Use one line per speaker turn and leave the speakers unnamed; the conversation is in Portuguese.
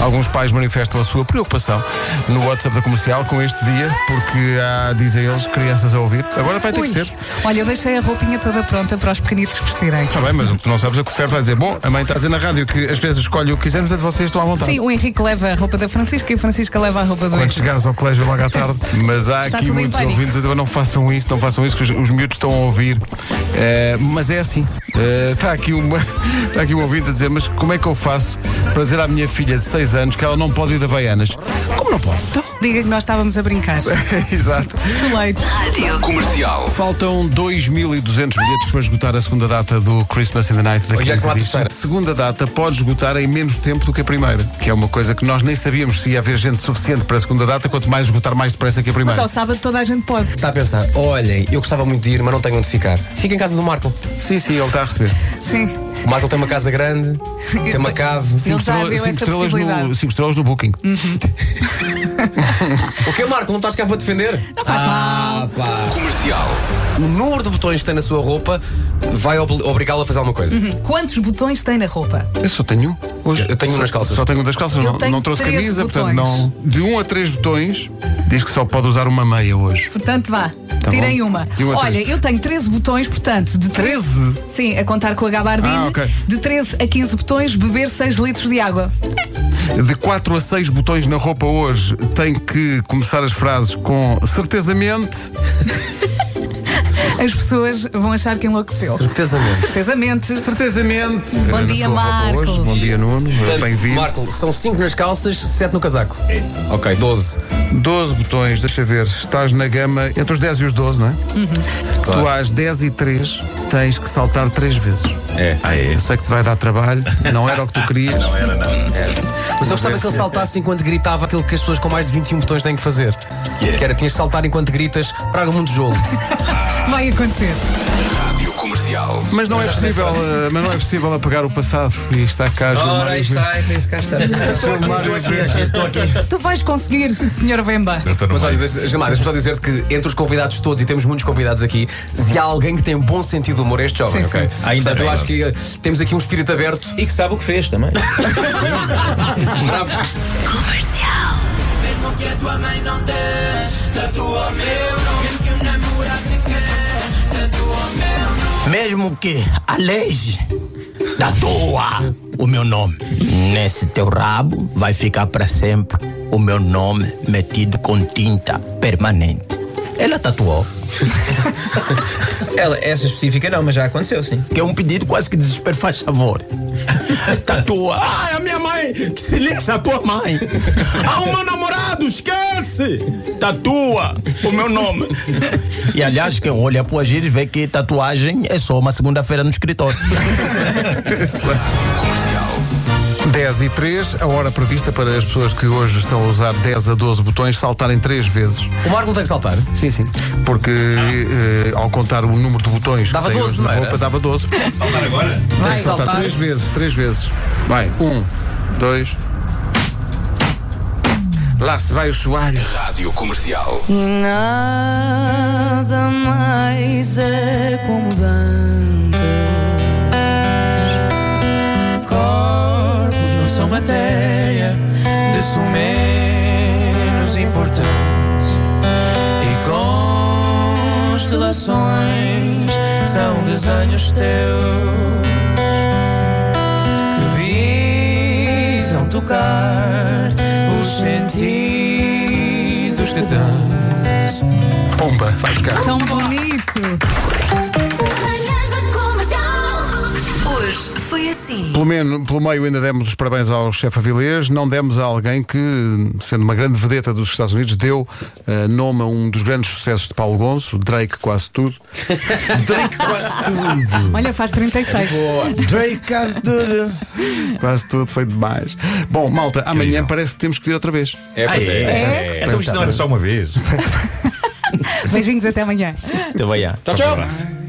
Alguns pais manifestam a sua preocupação no WhatsApp da comercial com este dia, porque há, dizem eles, crianças a ouvir. Agora vai ter
Ui,
que ser.
Olha, eu deixei a roupinha toda pronta para os pequenitos vestirem.
Está bem, mas o que tu não sabes é que o Fer vai dizer. Bom, a mãe está a dizer na rádio que as crianças escolhem o que quisermos, é de vocês, estão à vontade.
Sim, o Henrique leva a roupa da Francisca e a Francisca leva a roupa do
Quando
Henrique.
chegares ao colégio logo à tarde. Mas há
Está
aqui
tudo em
muitos
pânico.
ouvintes a dizer, não façam isso, não façam isso, que os, os miúdos estão a ouvir. Eh, mas é assim. Eh, está, aqui uma, está aqui um ouvinte a dizer, mas como é que eu faço para dizer à minha filha de 6 anos que ela não pode ir de Havaianas? Como não pode?
Diga que nós estávamos a brincar.
Exato.
Too late.
Comercial.
Faltam 2.200 bilhetes para esgotar a segunda data do Christmas in the Night da
Hoje é que não há
Kings Edition.
terceira.
A segunda data pode esgotar em menos tempo do que a primeira, que é uma coisa que nós nem sabíamos se ia haver gente suficiente para a segunda data, quanto mais esgotar mais depressa que a
Mas
primeira.
ao sábado toda a gente pode.
Está a pensar, olhem, eu gostava muito de ir, mas não tenho onde ficar. Fica em casa do Marco.
Sim, sim, ele está a receber.
Sim.
O Marco tem uma casa grande, tem uma cave.
Ele já
Estrela-
deu
cinco
essa
estrelas
possibilidade.
no, cinco estrelas no Booking.
O que Marco? Não estás cá para defender? Não
faz
ah, Pá. Comercial. O número de botões que tem na sua roupa vai obli- obrigá-lo a fazer alguma coisa.
Quantos botões tem na roupa?
Eu só tenho um hoje.
Eu tenho um nas calças.
Só tenho um das calças,
Eu
não,
tenho
não trouxe
três
camisa, portanto
botões.
não. De um a três botões, diz que só pode usar uma meia hoje.
Portanto, vá.
Tá
tirem
bom.
uma.
E uma
Olha,
três.
eu tenho 13 botões, portanto, de
13?
Sim, a contar com a gabardina.
Ah, ok.
De 13 a 15 botões, beber 6 litros de água.
De quatro a seis botões na roupa hoje, tem que começar as frases com certezamente.
As pessoas vão achar que enlouqueceu.
Certeza mesmo.
Certezamente.
Certezamente.
Bom
Na
dia,
sua roupa
Marco.
Hoje. Bom dia, Nuno. Bem-vindo.
Marco, são 5 nas calças, 7 no casaco. Ok, 12.
12 botões, deixa ver, estás na gama entre os 10 e os 12, não é? Tu às 10 e 3 tens que saltar 3 vezes.
É.
Ah, é. Eu sei que te vai dar trabalho, não era o que tu querias. não era, não.
Mas eu gostava que ele saltasse enquanto gritava aquilo que as pessoas com mais de 21 botões têm que fazer. Que, é. era, tinhas de saltar enquanto gritas, traga-me um tijolo.
Vai acontecer.
Rádio Comercial.
Mas não é possível, eh, mas não é possível apagar o passado. E está cá, João
Ora, aí
Mário.
está, é para isso cá estamos.
João Mário Vieira.
Tu vais conseguir, senhor Vemba.
Mas olha, Jamar, deixa-me só dizer que entre os convidados todos, e temos muitos convidados aqui, se há alguém que tem bom sentido de humor, é este jovem,
Sim,
ok?
sim.
Ainda Portanto, eu acho que eh, temos aqui um espírito aberto.
E que sabe o que fez também.
Mesmo que a tua mãe não deixe, tatua o meu nome. Mesmo que um namorado se quer, tatua o meu nome.
Mesmo que a lei da toa o meu nome. Nesse teu rabo vai ficar para sempre o meu nome metido com tinta permanente. Ela tatuou,
Ela, essa específica não, mas já aconteceu, sim.
que é um pedido quase que desespero, faz favor. Tatua. Ai, a minha mãe, que se lixa a tua mãe. Ah, o meu namorado, esquece. Tatua o meu nome. E aliás, quem olha para o Agir vê que tatuagem é só uma segunda-feira no escritório.
10 e 3, a hora prevista para as pessoas que hoje estão a usar 10 a 12 botões saltarem 3 vezes.
O Marco não tem que saltar.
Sim, sim. Porque eh, ao contar o número de botões
Dava
que tem
12,
hoje na
não era?
roupa, dava 12.
Saltar agora?
Tens
Vai
de saltar
saltar.
três vezes, três vezes. Vai, um, dois. Lá se vai o soalho.
Rádio Comercial.
E nada mais é como dantes.
Corpos não são matéria de sumenos importantes. E constelações são desenhos teus que visam tocar os sentidos que dão.
Pumba, vai ficar.
Tão bonito.
Manhãs da Comercial. Hoje foi assim.
Pelo, menos, pelo meio ainda demos os parabéns ao chefe Avilés, não demos a alguém que, sendo uma grande vedeta dos Estados Unidos, deu eh, nome a um dos grandes sucessos de Paulo Gonço, Drake quase tudo.
Drake quase tudo.
Olha, faz 36.
Drake quase tudo.
Quase tudo, foi demais. Bom, malta, amanhã parece que temos que vir outra vez.
É, pois é.
É?
Então isto não
era só uma vez.
Beijinhos até amanhã.
Então vai, já.
Tchau, tchau.